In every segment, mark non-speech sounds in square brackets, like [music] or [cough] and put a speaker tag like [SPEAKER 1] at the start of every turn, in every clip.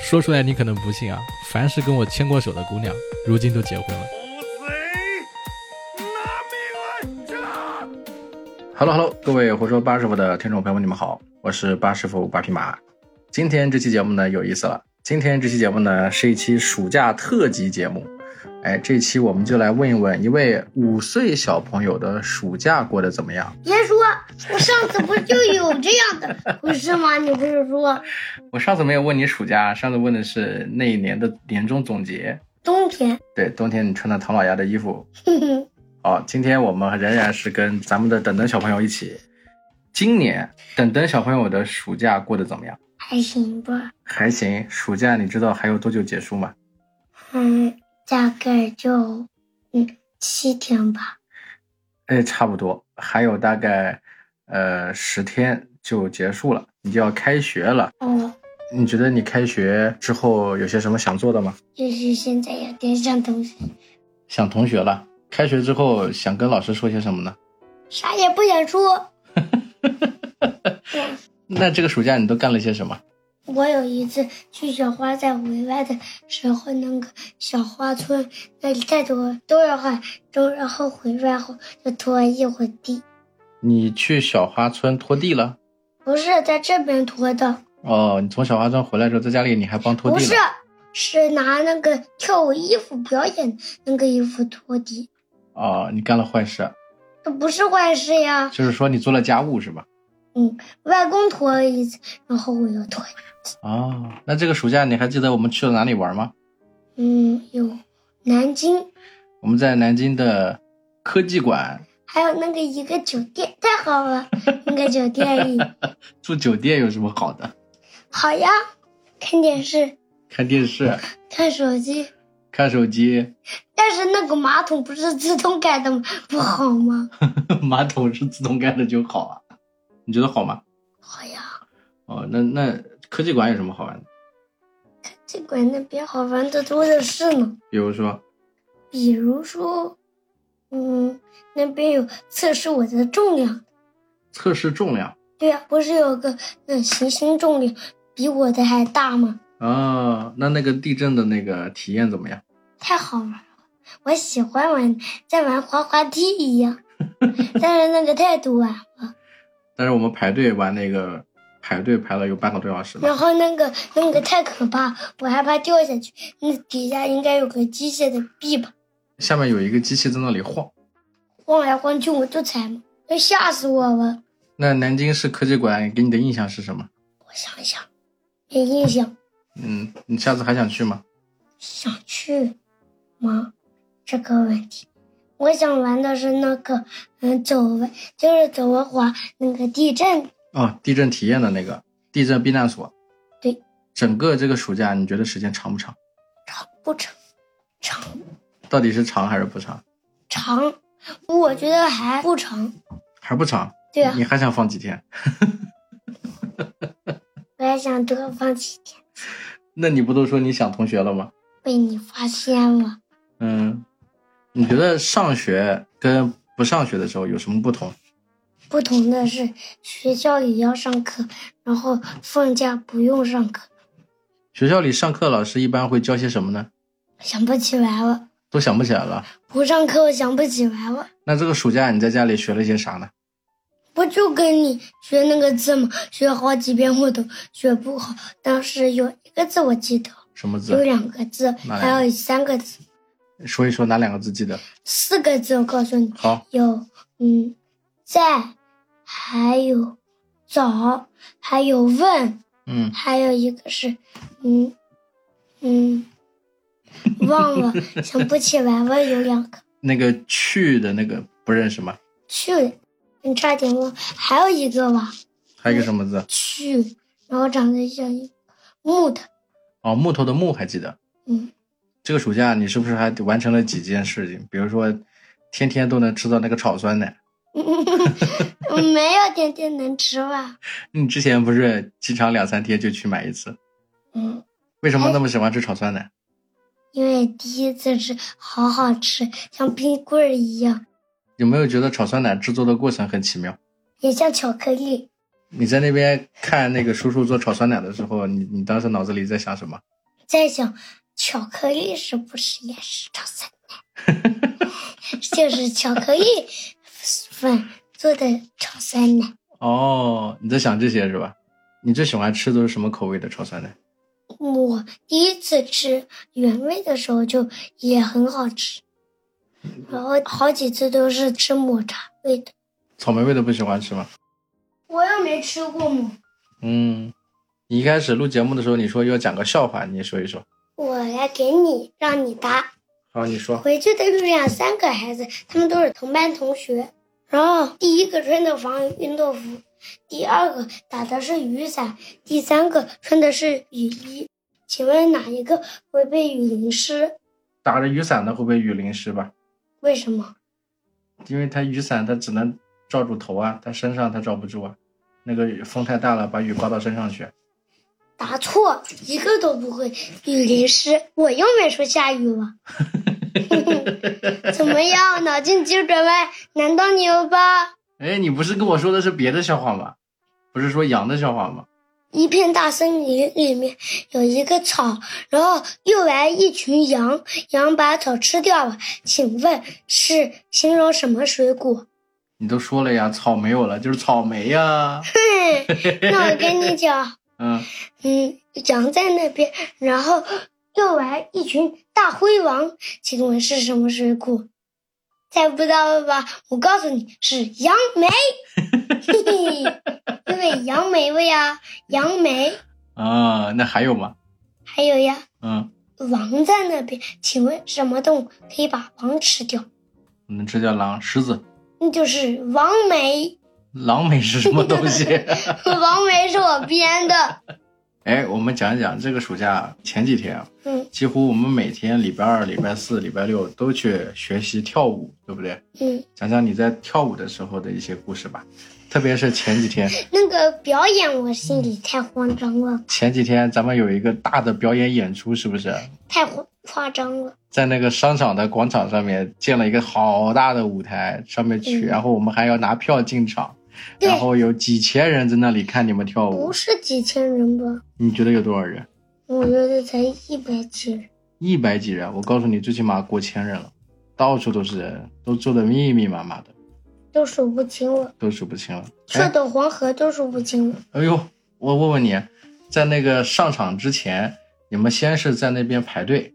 [SPEAKER 1] 说出来你可能不信啊，凡是跟我牵过手的姑娘，如今都结婚了。
[SPEAKER 2] Hello Hello，各位胡说八师傅的听众朋友们，你们好，我是八师傅八匹马。今天这期节目呢有意思了，今天这期节目呢是一期暑假特辑节目。哎，这期我们就来问一问一位五岁小朋友的暑假过得怎么样？
[SPEAKER 3] 别说，我上次不就有这样的不是吗？你不是说
[SPEAKER 2] 我上次没有问你暑假，上次问的是那一年的年终总结。
[SPEAKER 3] 冬天？ [laughs]
[SPEAKER 2] 对，冬天你穿的唐老鸭的衣服。
[SPEAKER 3] 哼哼，
[SPEAKER 2] 好，今天我们仍然是跟咱们的等等小朋友一起。今年等等小朋友的暑假过得怎么样？
[SPEAKER 3] 还行吧，
[SPEAKER 2] 还行，暑假你知道还有多久结束吗？
[SPEAKER 3] 嗯，大概就嗯七天吧。
[SPEAKER 2] 哎，差不多，还有大概呃十天就结束了，你就要开学了。
[SPEAKER 3] 哦，
[SPEAKER 2] 你觉得你开学之后有些什么想做的吗？
[SPEAKER 3] 就是现在有点像同学，
[SPEAKER 2] 想同学了，开学之后想跟老师说些什么呢？
[SPEAKER 3] 啥也不想说。对，
[SPEAKER 2] 那这个暑假你都干了些什么？
[SPEAKER 3] 我有一次去小花寨回来的时候，那个小花村那里太多多少块钟，然后回来后就拖一会儿地，
[SPEAKER 2] 你去小花村拖地了？
[SPEAKER 3] 不是在这边拖的。
[SPEAKER 2] 哦，你从小花村回来之后，在家里你还帮拖
[SPEAKER 3] 不
[SPEAKER 2] 地
[SPEAKER 3] 是啊
[SPEAKER 2] 了？，
[SPEAKER 3] 是拿那个跳舞衣服表演那个衣服拖地，
[SPEAKER 2] 哦，你干了坏事，
[SPEAKER 3] 这不是坏事呀。
[SPEAKER 2] 就是说你做了家务是吧？
[SPEAKER 3] 嗯，外公拖了一次，然后我又拖。
[SPEAKER 2] 哦，那这个暑假你还记得我们去了哪里玩吗？
[SPEAKER 3] 嗯，有南京，
[SPEAKER 2] 我们在南京的科技馆
[SPEAKER 3] 还有那个一个酒店，太好了，那个酒店里
[SPEAKER 2] 住酒店有什么好的？
[SPEAKER 3] 好呀， [laughs] 看电视，
[SPEAKER 2] 看电视、
[SPEAKER 3] 看手机。
[SPEAKER 2] 看手机， [laughs]
[SPEAKER 3] 但是那个马桶不是自动盖的吗？不好吗？
[SPEAKER 2] 马桶是自动盖的就好啊。你觉得好吗？
[SPEAKER 3] 好呀，
[SPEAKER 2] 哦，那那科技馆有什么好玩的？
[SPEAKER 3] 这馆那边好玩的多的是呢。
[SPEAKER 2] 比如说，
[SPEAKER 3] 比如说，嗯，那边有测试我的重量，
[SPEAKER 2] 测试重量
[SPEAKER 3] 对呀、不是有个那行星重量比我的还大吗？
[SPEAKER 2] 啊、哦，那那个地震的那个体验怎么样？
[SPEAKER 3] 太好玩了，我喜欢玩，像玩滑滑梯一样，但是那个太堵啊。
[SPEAKER 2] 但是我们排队玩那个排队排了有半个多小时吧。
[SPEAKER 3] 然后那个那个太可怕，我害怕掉下去。那底下应该有个机械的臂吧，
[SPEAKER 2] 下面有一个机器在那里晃。
[SPEAKER 3] 晃来晃去我就踩嘛，要吓死我了。
[SPEAKER 2] 那南京市科技馆给你的印象是什么？
[SPEAKER 3] 我想想，没印象，
[SPEAKER 2] 嗯，你下次还想去吗？
[SPEAKER 3] 想去吗？这个问题，我想玩的是那个，嗯，走文就是走文华那个地震，
[SPEAKER 2] 哦，地震体验的那个地震避难所。
[SPEAKER 3] 对，
[SPEAKER 2] 整个这个暑假你觉得时间长不长？
[SPEAKER 3] 长不长？长
[SPEAKER 2] 到底是长还是不长？
[SPEAKER 3] 长，我觉得还不长。
[SPEAKER 2] 还不长。
[SPEAKER 3] 对啊
[SPEAKER 2] 你，还想放几天？
[SPEAKER 3] 我也想多放几天，
[SPEAKER 2] 那你不都说你想同学了吗？
[SPEAKER 3] 被你发现了。
[SPEAKER 2] 嗯，你觉得上学跟不上学的时候有什么不同？
[SPEAKER 3] 不同的是，学校也要上课，然后放假不用上课。
[SPEAKER 2] 学校里上课老师一般会教些什么呢？
[SPEAKER 3] 想不起来了，
[SPEAKER 2] 都想不起来了。
[SPEAKER 3] 不上课我想不起来了。
[SPEAKER 2] 那这个暑假你在家里学了些啥呢？
[SPEAKER 3] 不就跟你学那个字吗？学好几遍我都学不好，但是有一个字我记得，
[SPEAKER 2] 什么字
[SPEAKER 3] 有？两个字，
[SPEAKER 2] 哪两个
[SPEAKER 3] 还有三个字，
[SPEAKER 2] 说一说哪两个字记得？
[SPEAKER 3] 四个字我告诉你，
[SPEAKER 2] 好，
[SPEAKER 3] 有嗯，在，还有早，还有问，
[SPEAKER 2] 嗯，
[SPEAKER 3] 还有一个是嗯嗯，
[SPEAKER 2] [laughs]
[SPEAKER 3] 忘了想不起来了，有两个
[SPEAKER 2] 那个去的那个不认识吗？
[SPEAKER 3] 去，你差点忘，还有一个吧
[SPEAKER 2] 还有一个什么
[SPEAKER 3] 嗯
[SPEAKER 2] 字？
[SPEAKER 3] 去，然后长得像一个木头，
[SPEAKER 2] 哦，木头的木还记得。
[SPEAKER 3] 嗯。
[SPEAKER 2] 这个暑假你是不是还完成了几件事情？比如说，天天都能吃到那个炒酸奶。
[SPEAKER 3] 嗯，没有点点能吃吧？
[SPEAKER 2] 你之前不是经常两三天就去买一次？
[SPEAKER 3] 嗯，
[SPEAKER 2] 为什么那么喜欢吃炒酸奶？
[SPEAKER 3] 因为第一次吃好好吃，像冰棍儿一样，
[SPEAKER 2] 有没有觉得炒酸奶制作的过程很奇妙？
[SPEAKER 3] 也像巧克力。
[SPEAKER 2] 你在那边看那个叔叔做炒酸奶的时候，你你当时脑子里在想什么？
[SPEAKER 3] 在想，巧克力是不是也是张三奶？ [laughs] 就是巧克力粉做的炒酸奶，
[SPEAKER 2] 哦，你在想这些是吧？你最喜欢吃都是什么口味的炒酸奶？
[SPEAKER 3] 我第一次吃原味的时候就也很好吃，然后好几次都是吃抹茶味的。
[SPEAKER 2] 草莓味的不喜欢吃吗？
[SPEAKER 3] 我又没吃过抹，
[SPEAKER 2] 嗯，你一开始录节目的时候，你说要讲个笑话，你说一说。
[SPEAKER 3] 我来给你，让你答。
[SPEAKER 2] 好，你说。
[SPEAKER 3] 回去的路上，三个孩子，他们都是同班同学。然后第一个穿的防运动服，第二个打的是雨伞，第三个穿的是雨衣。请问哪一个会被雨淋湿？
[SPEAKER 2] 打着雨伞的会不会雨淋湿吧？
[SPEAKER 3] 为什么？
[SPEAKER 2] 因为它雨伞它只能罩住头啊，它身上它罩不住啊。那个雨风太大了，把雨刮到身上去。
[SPEAKER 3] 答错，一个都不会。雨淋湿，我又没说下雨了。 [laughs] 怎么样，脑筋急转弯，难到你了吧？
[SPEAKER 2] 哎，你不是跟我说的是别的笑话吗？不是说羊的笑话吗？
[SPEAKER 3] 一片大森林里面有一个草，然后又来一群羊，羊把草吃掉了。请问是形容什么水果？
[SPEAKER 2] 你都说了呀，草没有了，就是草莓呀。
[SPEAKER 3] 哼，嗯那我跟你讲，
[SPEAKER 2] 嗯，
[SPEAKER 3] 嗯，羊在那边，然后又来一群大灰狼，请问是什么水果？猜不到了吧？我告诉你，是杨梅，嘿嘿，因为杨梅味啊，杨梅。
[SPEAKER 2] 啊，那还有吗？
[SPEAKER 3] 还有呀，
[SPEAKER 2] 嗯，
[SPEAKER 3] 狼在那边，请问什么动物可以把狼吃掉？
[SPEAKER 2] 我们这叫狼，狮子。
[SPEAKER 3] 那就是王梅， [laughs]
[SPEAKER 2] 狼莓是什么东西？ [laughs]
[SPEAKER 3] 王梅是我编的。
[SPEAKER 2] 哎，我们讲一讲这个暑假前几天啊，
[SPEAKER 3] 嗯
[SPEAKER 2] 几乎我们每天礼拜二、礼拜四、礼拜六都去学习跳舞，对不对？
[SPEAKER 3] 嗯，
[SPEAKER 2] 讲讲你在跳舞的时候的一些故事吧，特别是前几
[SPEAKER 3] [laughs]
[SPEAKER 2] 天，
[SPEAKER 3] 那个表演我心里太慌张了，
[SPEAKER 2] 前几天咱们有一个大的表演演出，是不是？
[SPEAKER 3] 太夸夸张了。
[SPEAKER 2] 在那个商场的广场上面建了一个好大的舞台，上面去，
[SPEAKER 3] 嗯
[SPEAKER 2] 然后我们还要拿票进场，
[SPEAKER 3] 对
[SPEAKER 2] 然后有几千人在那里看你们跳舞
[SPEAKER 3] 不，是几千人吧？
[SPEAKER 2] 你觉得有多少人？
[SPEAKER 3] 我觉得才一百几人。
[SPEAKER 2] 一百几人，我告诉你，最起码过千人了，到处都是人，都坐的密密麻麻的，
[SPEAKER 3] 都数不清了，
[SPEAKER 2] 都数不清了。
[SPEAKER 3] 这
[SPEAKER 2] 哎
[SPEAKER 3] 的黄河都数不清了。
[SPEAKER 2] 哎呦，我问问你，在那个上场之前，你们先是在那边排队，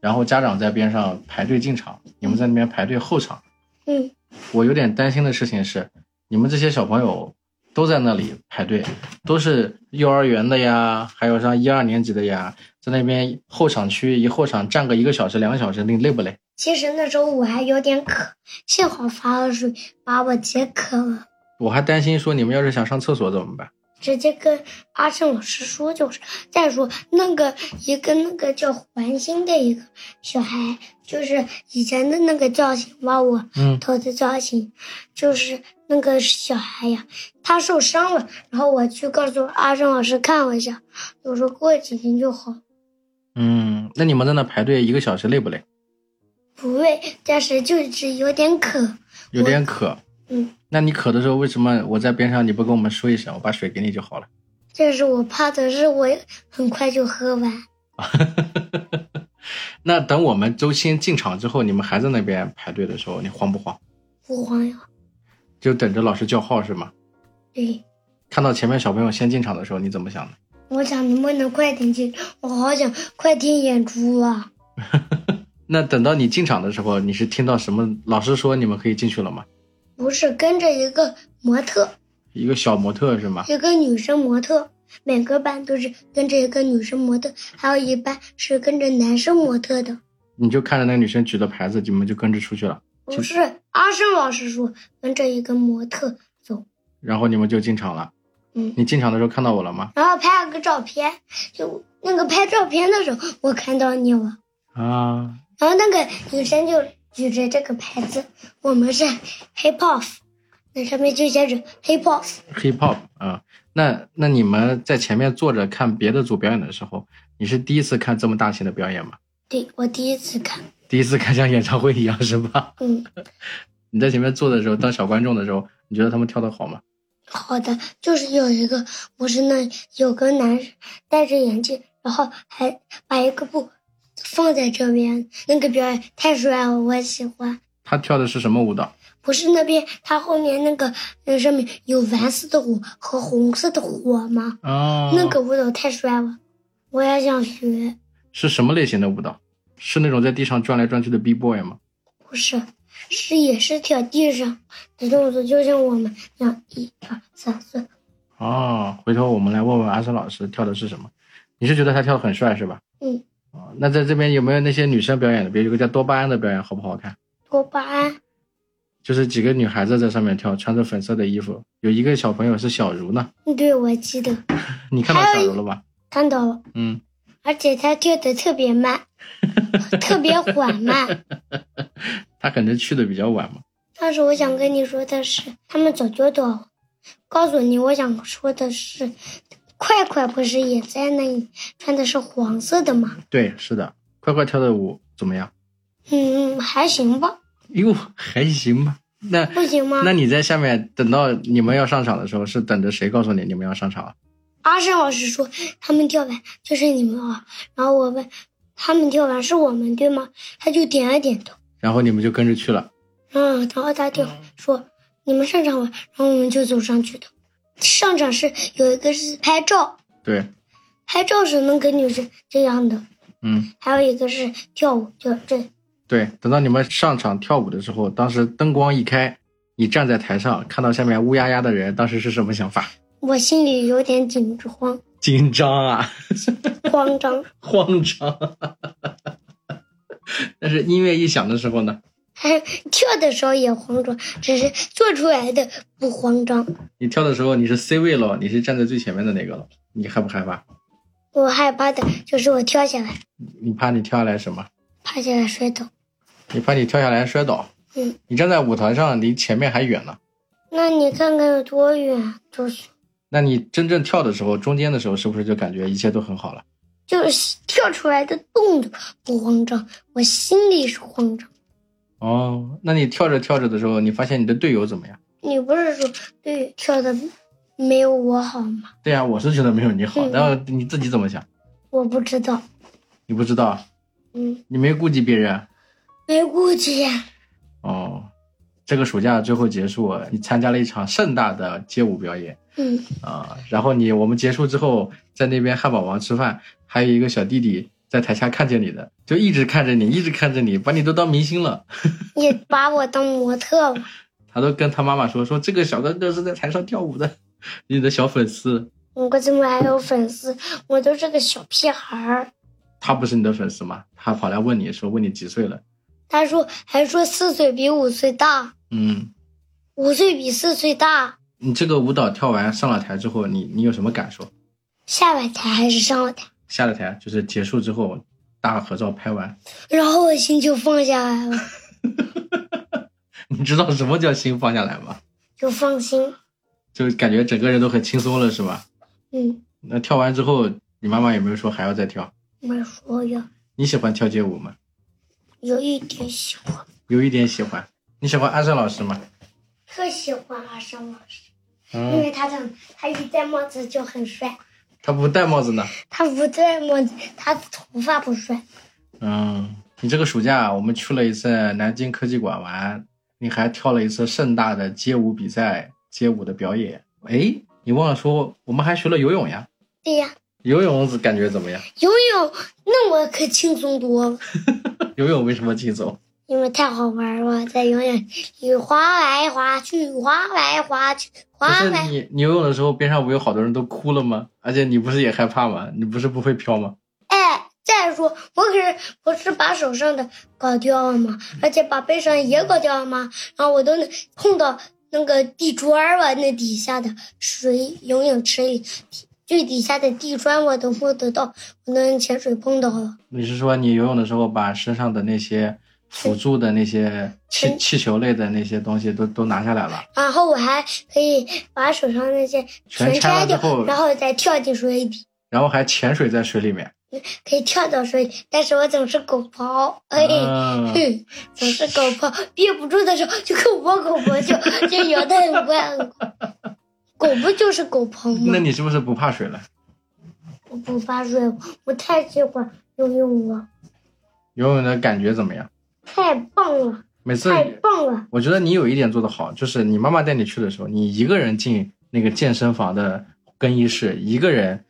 [SPEAKER 2] 然后家长在边上排队进场，你们在那边排队候场。
[SPEAKER 3] 嗯，
[SPEAKER 2] 我有点担心的事情是，你们这些小朋友都在那里排队，都是幼儿园的呀，还有上一二年级的呀，在那边候场区一候场站个一个小时、两个小时，你累不累？
[SPEAKER 3] 其实那时候我还有点渴，幸好发了水把我解渴了。
[SPEAKER 2] 我还担心说你们要是想上厕所怎么办？
[SPEAKER 3] 直接跟阿胜老师说就是。再说那个一个那个叫环星的一个小孩，就是以前的那个造型吧，我
[SPEAKER 2] 嗯，
[SPEAKER 3] 头的造型，就是那个小孩呀，他受伤了，然后我去告诉阿胜老师看了一下，我说过几天就好。
[SPEAKER 2] 嗯，那你们在那排队一个小时累不累？
[SPEAKER 3] 不累，但是就是有点渴。
[SPEAKER 2] 有点渴。
[SPEAKER 3] 嗯，
[SPEAKER 2] 那你渴的时候为什么我在边上你不跟我们说一声，我把水给你就好了？ [laughs]
[SPEAKER 3] 但是我怕的是我很快就喝完。
[SPEAKER 2] 那等我们都先进场之后，你们还在那边排队的时候，你慌不慌？
[SPEAKER 3] 不慌呀，
[SPEAKER 2] 就等着老师叫号是吗？
[SPEAKER 3] 对，
[SPEAKER 2] 看到前面小朋友先进场的时候，你怎么想的？
[SPEAKER 3] 我想能不能快点进，我好想快听演出啊。
[SPEAKER 2] 那等到你进场的时候，你是听到什么？老师说你们可以进去了吗？
[SPEAKER 3] 不是跟着一个模特，
[SPEAKER 2] 一个小模特是吗？
[SPEAKER 3] 一个女生模特，每个班都是跟着一个女生模特，还有一班是跟着男生模特的。
[SPEAKER 2] 你就看着那个女生举着牌子，你们就跟着出去了，
[SPEAKER 3] 不是，阿胜老师说跟着一个模特走，
[SPEAKER 2] 然后你们就进场了。
[SPEAKER 3] 嗯，
[SPEAKER 2] 你进场的时候看到我了吗？
[SPEAKER 3] 然后拍了个照片，就那个拍照片的时候，我看到你了。
[SPEAKER 2] 啊，
[SPEAKER 3] 然后那个女生就举着这个牌子，我们是 hip hop，那上面就写着 hip hop。
[SPEAKER 2] hip hop 啊，那那你们在前面坐着看别的组表演的时候，你是第一次看这么大型的表演吗？
[SPEAKER 3] 对我第一次看，
[SPEAKER 2] 第一次看像演唱会一样是吧？
[SPEAKER 3] 嗯，
[SPEAKER 2] 你在前面坐的时候，当小观众的时候，你觉得他们跳的好吗？
[SPEAKER 3] 好的，就是有一个，我是那有个男生戴着眼镜，然后还把一个布放在这边，那个表演太帅了，我喜欢。
[SPEAKER 2] 他跳的是什么舞蹈？
[SPEAKER 3] 不是那边，它后面那个呃上面有蓝色的火和红色的火吗？
[SPEAKER 2] 哦，
[SPEAKER 3] 那个舞蹈太帅了，我也想学。
[SPEAKER 2] 是什么类型的舞蹈？是那种在地上转来转去的 B boy 吗？
[SPEAKER 3] 不是，是也是跳地上的动作，就像我们那样，一二三四。
[SPEAKER 2] 哦，回头我们来问问阿森老师跳的是什么。你是觉得他跳的很帅是吧？
[SPEAKER 3] 嗯。
[SPEAKER 2] 哦，那在这边有没有那些女生表演的？比如有个叫多巴胺的表演，好不好看？
[SPEAKER 3] 多巴胺，
[SPEAKER 2] 就是几个女孩子在上面跳，穿着粉色的衣服，有一个小朋友是小茹呢。
[SPEAKER 3] 对，我记得
[SPEAKER 2] 你看到小茹了吧？
[SPEAKER 3] 看到了，
[SPEAKER 2] 嗯，
[SPEAKER 3] 而且他跳的特别慢，
[SPEAKER 2] [laughs]
[SPEAKER 3] 特别缓慢。
[SPEAKER 2] 她可能去的比较晚嘛。
[SPEAKER 3] 但是我想跟你说的是，他们早就到了。告诉你，我想说的是，快快不是也在那里穿的是黄色的吗？
[SPEAKER 2] 对，是的，快快跳的舞怎么样？
[SPEAKER 3] 嗯，还行吧，
[SPEAKER 2] 哟，还行吧。那
[SPEAKER 3] 不行吗？
[SPEAKER 2] 那你在下面等到你们要上场的时候，是等着谁告诉你你们要上场啊？
[SPEAKER 3] 阿胜老师说他们跳完就是你们啊，然后我问他们跳完是我们对吗？他就点了点头，
[SPEAKER 2] 然后你们就跟着去了。
[SPEAKER 3] 嗯，然后他就说你们上场吧，然后我们就走上去的。上场是有一个是拍照，
[SPEAKER 2] 对，
[SPEAKER 3] 拍照是能跟女生这样的，
[SPEAKER 2] 嗯，
[SPEAKER 3] 还有一个是跳舞，就这
[SPEAKER 2] 对。等到你们上场跳舞的时候，当时灯光一开，你站在台上看到下面乌压压的人，当时是什么想法？ [laughs]
[SPEAKER 3] 我心里有点紧张、
[SPEAKER 2] 紧张啊，
[SPEAKER 3] 慌张， [laughs]
[SPEAKER 2] 慌张。 [laughs] 但是音乐一响的时候呢，
[SPEAKER 3] 还跳的时候也慌张，只是做出来的不慌张。
[SPEAKER 2] 你跳的时候你是 C 位了，你是站在最前面的那个了，你害不害怕？
[SPEAKER 3] 我害怕的就是我跳下来，
[SPEAKER 2] 你怕你跳下来什么？
[SPEAKER 3] 趴下来摔倒。
[SPEAKER 2] 你怕你跳下来摔倒？
[SPEAKER 3] 嗯，
[SPEAKER 2] 你站在舞台上离前面还远呢。
[SPEAKER 3] 那你看看有多远，啊就是
[SPEAKER 2] 那你真正跳的时候，中间的时候，是不是就感觉一切都很好了？
[SPEAKER 3] 就是跳出来的动作不慌张，我心里是慌张。
[SPEAKER 2] 哦，那你跳着跳着的时候，你发现你的队友怎么样？
[SPEAKER 3] 你不是说对跳的没有我好吗？
[SPEAKER 2] 对呀、我是觉得没有你好，
[SPEAKER 3] 嗯
[SPEAKER 2] 然后你自己怎么想？
[SPEAKER 3] 我不知道，
[SPEAKER 2] 你不知道，
[SPEAKER 3] 嗯，
[SPEAKER 2] 你没顾及别人。啊
[SPEAKER 3] 没顾忌呀、
[SPEAKER 2] 哦，这个暑假最后结束，你参加了一场盛大的街舞表演
[SPEAKER 3] 嗯，
[SPEAKER 2] 啊、然后你我们结束之后，在那边汉堡王吃饭，还有一个小弟弟在台下看见你的，就一直看着你，一直看着你，把你都当明星了。
[SPEAKER 3] 也把我当模特了。
[SPEAKER 2] 他都跟他妈妈说，说这个小哥哥是在台上跳舞的， [laughs] 你的小粉丝。
[SPEAKER 3] 我怎么还有粉丝？我都是个小屁孩儿。
[SPEAKER 2] 他不是你的粉丝吗？他跑来问你说问你几岁了？
[SPEAKER 3] 他说还说四岁比五岁大，
[SPEAKER 2] 嗯，
[SPEAKER 3] 五岁比四岁大。
[SPEAKER 2] 你这个舞蹈跳完上了台之后，你你有什么感受？
[SPEAKER 3] 下了台还是上了台？
[SPEAKER 2] 下了台就是结束之后，大合照拍完，
[SPEAKER 3] 然后我心就放下来了，
[SPEAKER 2] [laughs] 你知道什么叫心放下来吗？
[SPEAKER 3] 就放心。
[SPEAKER 2] 就感觉整个人都很轻松了，是吧？
[SPEAKER 3] 嗯，
[SPEAKER 2] 那跳完之后，你妈妈有没有说还要再跳？
[SPEAKER 3] 没说呀，
[SPEAKER 2] 你喜欢跳街舞吗？
[SPEAKER 3] 有一点喜欢，
[SPEAKER 2] 有一点喜欢。你喜欢安胜老师吗？
[SPEAKER 3] 特喜欢阿生老师，因
[SPEAKER 2] 嗯，
[SPEAKER 3] 为他长他一戴帽子就很帅，
[SPEAKER 2] 他不戴帽子呢。
[SPEAKER 3] 他不戴帽子，他头发不帅。
[SPEAKER 2] 嗯，你这个暑假我们去了一次南京科技馆玩，你还跳了一次盛大的街舞比赛、街舞的表演。哎，你忘了说我们还学了游泳呀？
[SPEAKER 3] 对呀，
[SPEAKER 2] 游泳感觉怎么样？
[SPEAKER 3] 游泳那我可轻松多了，
[SPEAKER 2] 游泳为什么轻松？
[SPEAKER 3] 因为太好玩了，在游泳里划来划去，划来划去，
[SPEAKER 2] 不
[SPEAKER 3] 划
[SPEAKER 2] 是
[SPEAKER 3] 来。
[SPEAKER 2] 你你游泳的时候，边上不有好多人都哭了吗？而且你不是也害怕吗？你不是不会飘吗？
[SPEAKER 3] 哎，再说我可是不是把手上的搞掉了吗？而且把背上也搞掉了吗？然后我都能碰到那个地砖了，那底下的水游泳池里最底下的地砖我都摸得到，我能潜水碰到了。
[SPEAKER 2] 你是说你游泳的时候把身上的那些辅助的那些气
[SPEAKER 3] 嗯
[SPEAKER 2] 气球类的那些东西都都拿下来了？
[SPEAKER 3] 然后我还可以把手上那些
[SPEAKER 2] 全拆
[SPEAKER 3] 拆
[SPEAKER 2] 了之
[SPEAKER 3] 掉，
[SPEAKER 2] 后
[SPEAKER 3] 然后再跳进水里，
[SPEAKER 2] 然后还潜水在水里面？
[SPEAKER 3] 可以跳到水里。但是我总是狗刨，哎。
[SPEAKER 2] 嗯
[SPEAKER 3] 哼，总是狗刨，憋不住的时候就跟我狗刨
[SPEAKER 2] [laughs]
[SPEAKER 3] 就就游得很快很快。狗不就是狗刨
[SPEAKER 2] 那
[SPEAKER 3] 吗？
[SPEAKER 2] 你是不是不怕水了？
[SPEAKER 3] 我不怕水，我太喜欢游泳了，
[SPEAKER 2] 游泳的感觉怎么样？
[SPEAKER 3] 太棒了，
[SPEAKER 2] 每次
[SPEAKER 3] 太棒了！
[SPEAKER 2] 我觉得你有一点做得好，就是你妈妈带你去的时候，你一个人进那个健身房的更衣室，一个人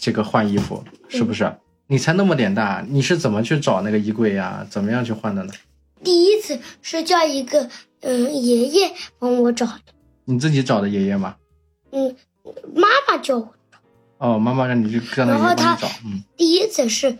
[SPEAKER 2] 这个换衣服，是不是？啊
[SPEAKER 3] 嗯
[SPEAKER 2] 你才那么点大，你是怎么去找那个衣柜呀、怎么样去换的呢？
[SPEAKER 3] 第一次是叫一个嗯爷爷帮我找的，
[SPEAKER 2] 你自己找的爷爷吗？
[SPEAKER 3] 嗯，妈妈教我。
[SPEAKER 2] 哦，妈妈让你去让他
[SPEAKER 3] 然后
[SPEAKER 2] 爷爷帮
[SPEAKER 3] 他
[SPEAKER 2] 你找，嗯，
[SPEAKER 3] 第一次是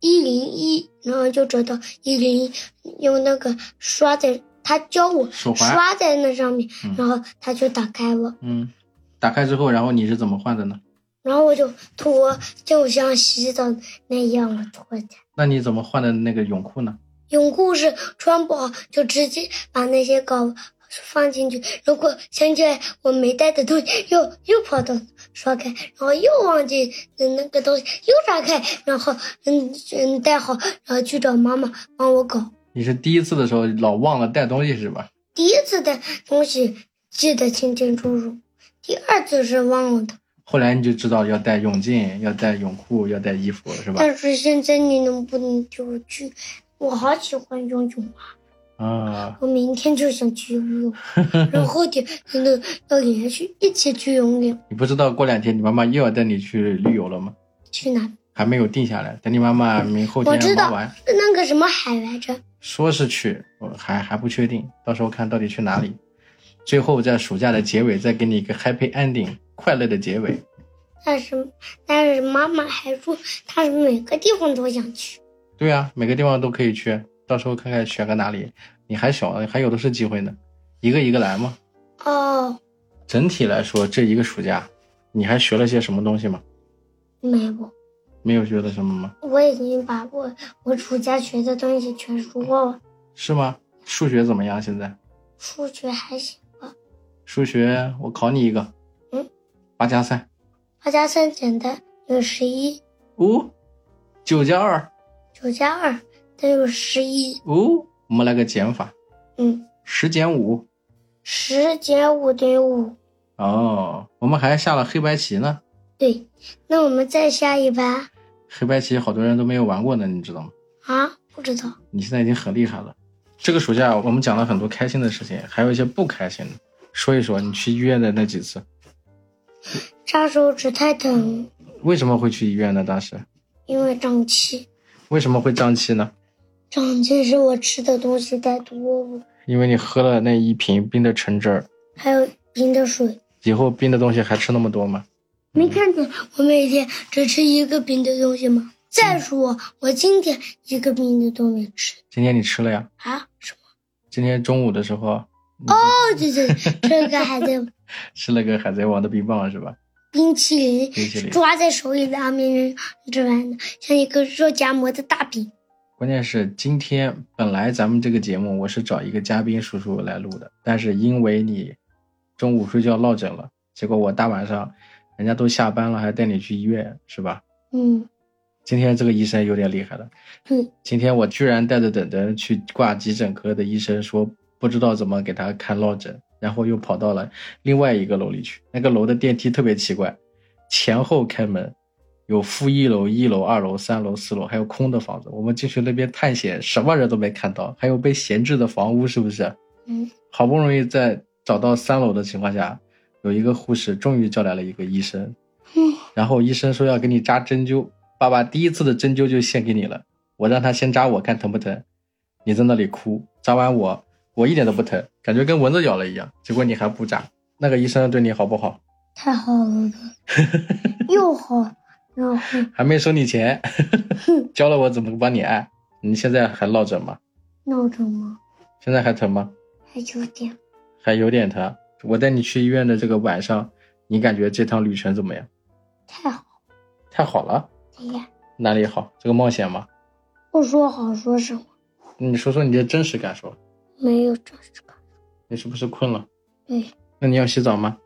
[SPEAKER 3] 一零一，然后就找到一零一，用那个刷在他教我
[SPEAKER 2] 手环
[SPEAKER 3] 刷在那上面
[SPEAKER 2] 嗯，
[SPEAKER 3] 然后他就打开了，
[SPEAKER 2] 嗯，打开之后，然后你是怎么换的呢？
[SPEAKER 3] 然后我就脱，就像洗澡那样我脱的。
[SPEAKER 2] 那你怎么换的那个泳裤呢？
[SPEAKER 3] 泳裤是穿不好就直接把那些搞放进去，如果想起来我没带的东西，又又跑到刷开，然后又忘记的那个东西又打开，然后嗯嗯带好，然后去找妈妈帮我搞。
[SPEAKER 2] 你是第一次的时候老忘了带东西是吧？
[SPEAKER 3] 第一次的东西记得清清楚楚，第二次是忘了的。
[SPEAKER 2] 后来你就知道要带泳镜、要带泳裤、要带衣服了是吧？
[SPEAKER 3] 但是现在你能不能就去？我好喜欢游泳啊！
[SPEAKER 2] 啊，
[SPEAKER 3] 我明天就想去游泳，然后点真的要连续一起去游泳。
[SPEAKER 2] 你不知道过两天你妈妈又要带你去旅游了吗？
[SPEAKER 3] 去哪？
[SPEAKER 2] 还没有定下来，等你妈妈明后
[SPEAKER 3] 我知
[SPEAKER 2] 天忙
[SPEAKER 3] 道
[SPEAKER 2] 完，
[SPEAKER 3] 那个什么海来着？
[SPEAKER 2] 说是去，我还还不确定，到时候看到底去哪里。最后在暑假的结尾再给你一个 happy ending，快乐的结尾。
[SPEAKER 3] 但是但是妈妈还说她是每个地方都想去。
[SPEAKER 2] 对啊，每个地方都可以去，到时候看看选个哪里。你还小，还有的是机会呢，一个一个来嘛。
[SPEAKER 3] 哦，
[SPEAKER 2] 整体来说，这一个暑假，你还学了些什么东西吗？
[SPEAKER 3] 没有，
[SPEAKER 2] 没有学的什么吗？
[SPEAKER 3] 我已经把我我暑假学的东西全说了，
[SPEAKER 2] 是吗？数学怎么样？现在
[SPEAKER 3] 数学还行吧，
[SPEAKER 2] 数学我考你一个，
[SPEAKER 3] 嗯，
[SPEAKER 2] 八加三，
[SPEAKER 3] 八加三简单有十一，
[SPEAKER 2] 哦，九加二，
[SPEAKER 3] 九加二等于十一，
[SPEAKER 2] 哦，我们来个减法，
[SPEAKER 3] 嗯，
[SPEAKER 2] 十减五。
[SPEAKER 3] 十减五等于五。
[SPEAKER 2] 哦，我们还下了黑白棋呢，
[SPEAKER 3] 对，那我们再下一盘
[SPEAKER 2] 黑白棋好多人都没有玩过呢，你知道吗？
[SPEAKER 3] 啊？不知道，
[SPEAKER 2] 你现在已经很厉害了。这个暑假我们讲了很多开心的事情，还有一些不开心的。说一说你去医院的那几次，
[SPEAKER 3] 扎手指太疼，
[SPEAKER 2] 为什么会去医院呢？当时
[SPEAKER 3] 因为胀气，
[SPEAKER 2] 为什么会胀气呢？
[SPEAKER 3] 胀气是我吃的东西太多了。
[SPEAKER 2] 因为你喝了那一瓶冰的橙汁儿，
[SPEAKER 3] 还有冰的水。
[SPEAKER 2] 以后冰的东西还吃那么多吗？
[SPEAKER 3] 没看见我每天只吃一个冰的东西吗？再说我今天一个冰的都没吃
[SPEAKER 2] 今天你吃了呀？
[SPEAKER 3] 啊！什么？
[SPEAKER 2] 今天中午的时候，你
[SPEAKER 3] 哦，对对，对这个还在
[SPEAKER 2] 吃了个海贼王的冰棒是吧？
[SPEAKER 3] 冰淇淋，
[SPEAKER 2] 冰淇淋
[SPEAKER 3] 抓在手里的阿明人吃完的，像一个肉夹馍的大饼。
[SPEAKER 2] 关键是今天本来咱们这个节目我是找一个嘉宾叔叔来录的，但是因为你中午睡觉落枕了，结果我大晚上人家都下班了还带你去医院是吧？
[SPEAKER 3] 嗯，
[SPEAKER 2] 今天这个医生有点厉害了，
[SPEAKER 3] 嗯，
[SPEAKER 2] 今天我居然带着等等去挂急诊科的医生说不知道怎么给他看落枕，然后又跑到了另外一个楼里去，那个楼的电梯特别奇怪，前后开门，有负一楼、一楼、二楼、三楼、四楼，还有空的房子。我们进去那边探险，什么人都没看到，还有被闲置的房屋，是不是？
[SPEAKER 3] 嗯，
[SPEAKER 2] 好不容易在找到三楼的情况下，有一个护士终于叫来了一个医生，
[SPEAKER 3] 嗯，
[SPEAKER 2] 然后医生说要给你扎针灸，爸爸第一次的针灸就献给你了，我让他先扎我看疼不疼，你在那里哭，扎完我我一点都不疼，感觉跟蚊子咬了一样，结果你还不扎，那个医生对你好不好？
[SPEAKER 3] 太好了，又好，然后
[SPEAKER 2] 还没收你钱，教了我怎么帮你按，你现在还落枕吗？
[SPEAKER 3] 闹钟吗？
[SPEAKER 2] 现在还疼吗？
[SPEAKER 3] 还有点，
[SPEAKER 2] 还有点疼。我带你去医院的这个晚上，你感觉这趟旅程怎么样？
[SPEAKER 3] 太好
[SPEAKER 2] 太好了。
[SPEAKER 3] 了呀！
[SPEAKER 2] 哪里好？这个冒险吗？
[SPEAKER 3] 不说好说什么？
[SPEAKER 2] 你说说你的真实感受。
[SPEAKER 3] 没有这实哎感。
[SPEAKER 2] 你是不是困了？
[SPEAKER 3] 对，
[SPEAKER 2] 那你要洗澡吗？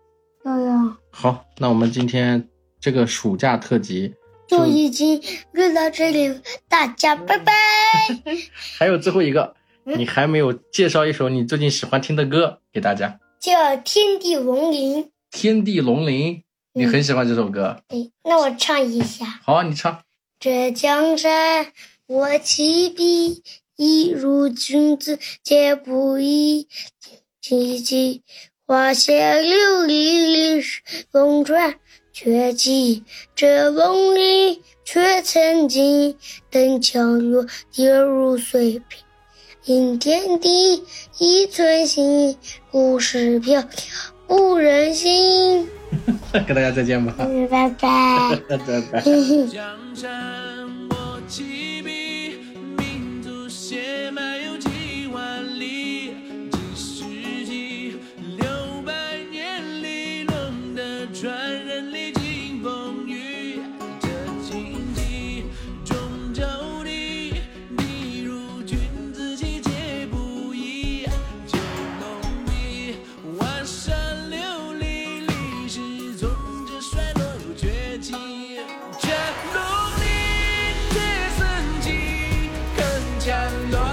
[SPEAKER 3] 要要。
[SPEAKER 2] 好，那我们今天这个暑假特辑，
[SPEAKER 3] 就已经录到这里，大家拜拜。
[SPEAKER 2] 还有最后一个，
[SPEAKER 3] 嗯
[SPEAKER 2] 你还没有介绍一首你最近喜欢听的歌给大家。
[SPEAKER 3] 叫天地亡灵，
[SPEAKER 2] 天地龙鳞，你很喜欢这首歌。
[SPEAKER 3] 对，哎那我唱一下：
[SPEAKER 2] 好，啊你唱。 [laughs]
[SPEAKER 3] 这江山我弃笔，一如君子皆不易。几几花谢六里，里是宫川绝迹。这梦里却曾经，灯桥落，跌入碎片。饮天地，一寸心，故事飘飘不忍心。
[SPEAKER 2] 跟大家再见吧。
[SPEAKER 3] 嗯，拜拜。
[SPEAKER 2] 拜拜。
[SPEAKER 4] 江山我弃笔，民族血脉有几万里，几世纪六百年里，论的传人历经风雨，这荆棘终究你，你如君子气皆不易，九龙壁万山流离，历史总这衰落又崛起。乾隆帝，铁三骑，铿锵龙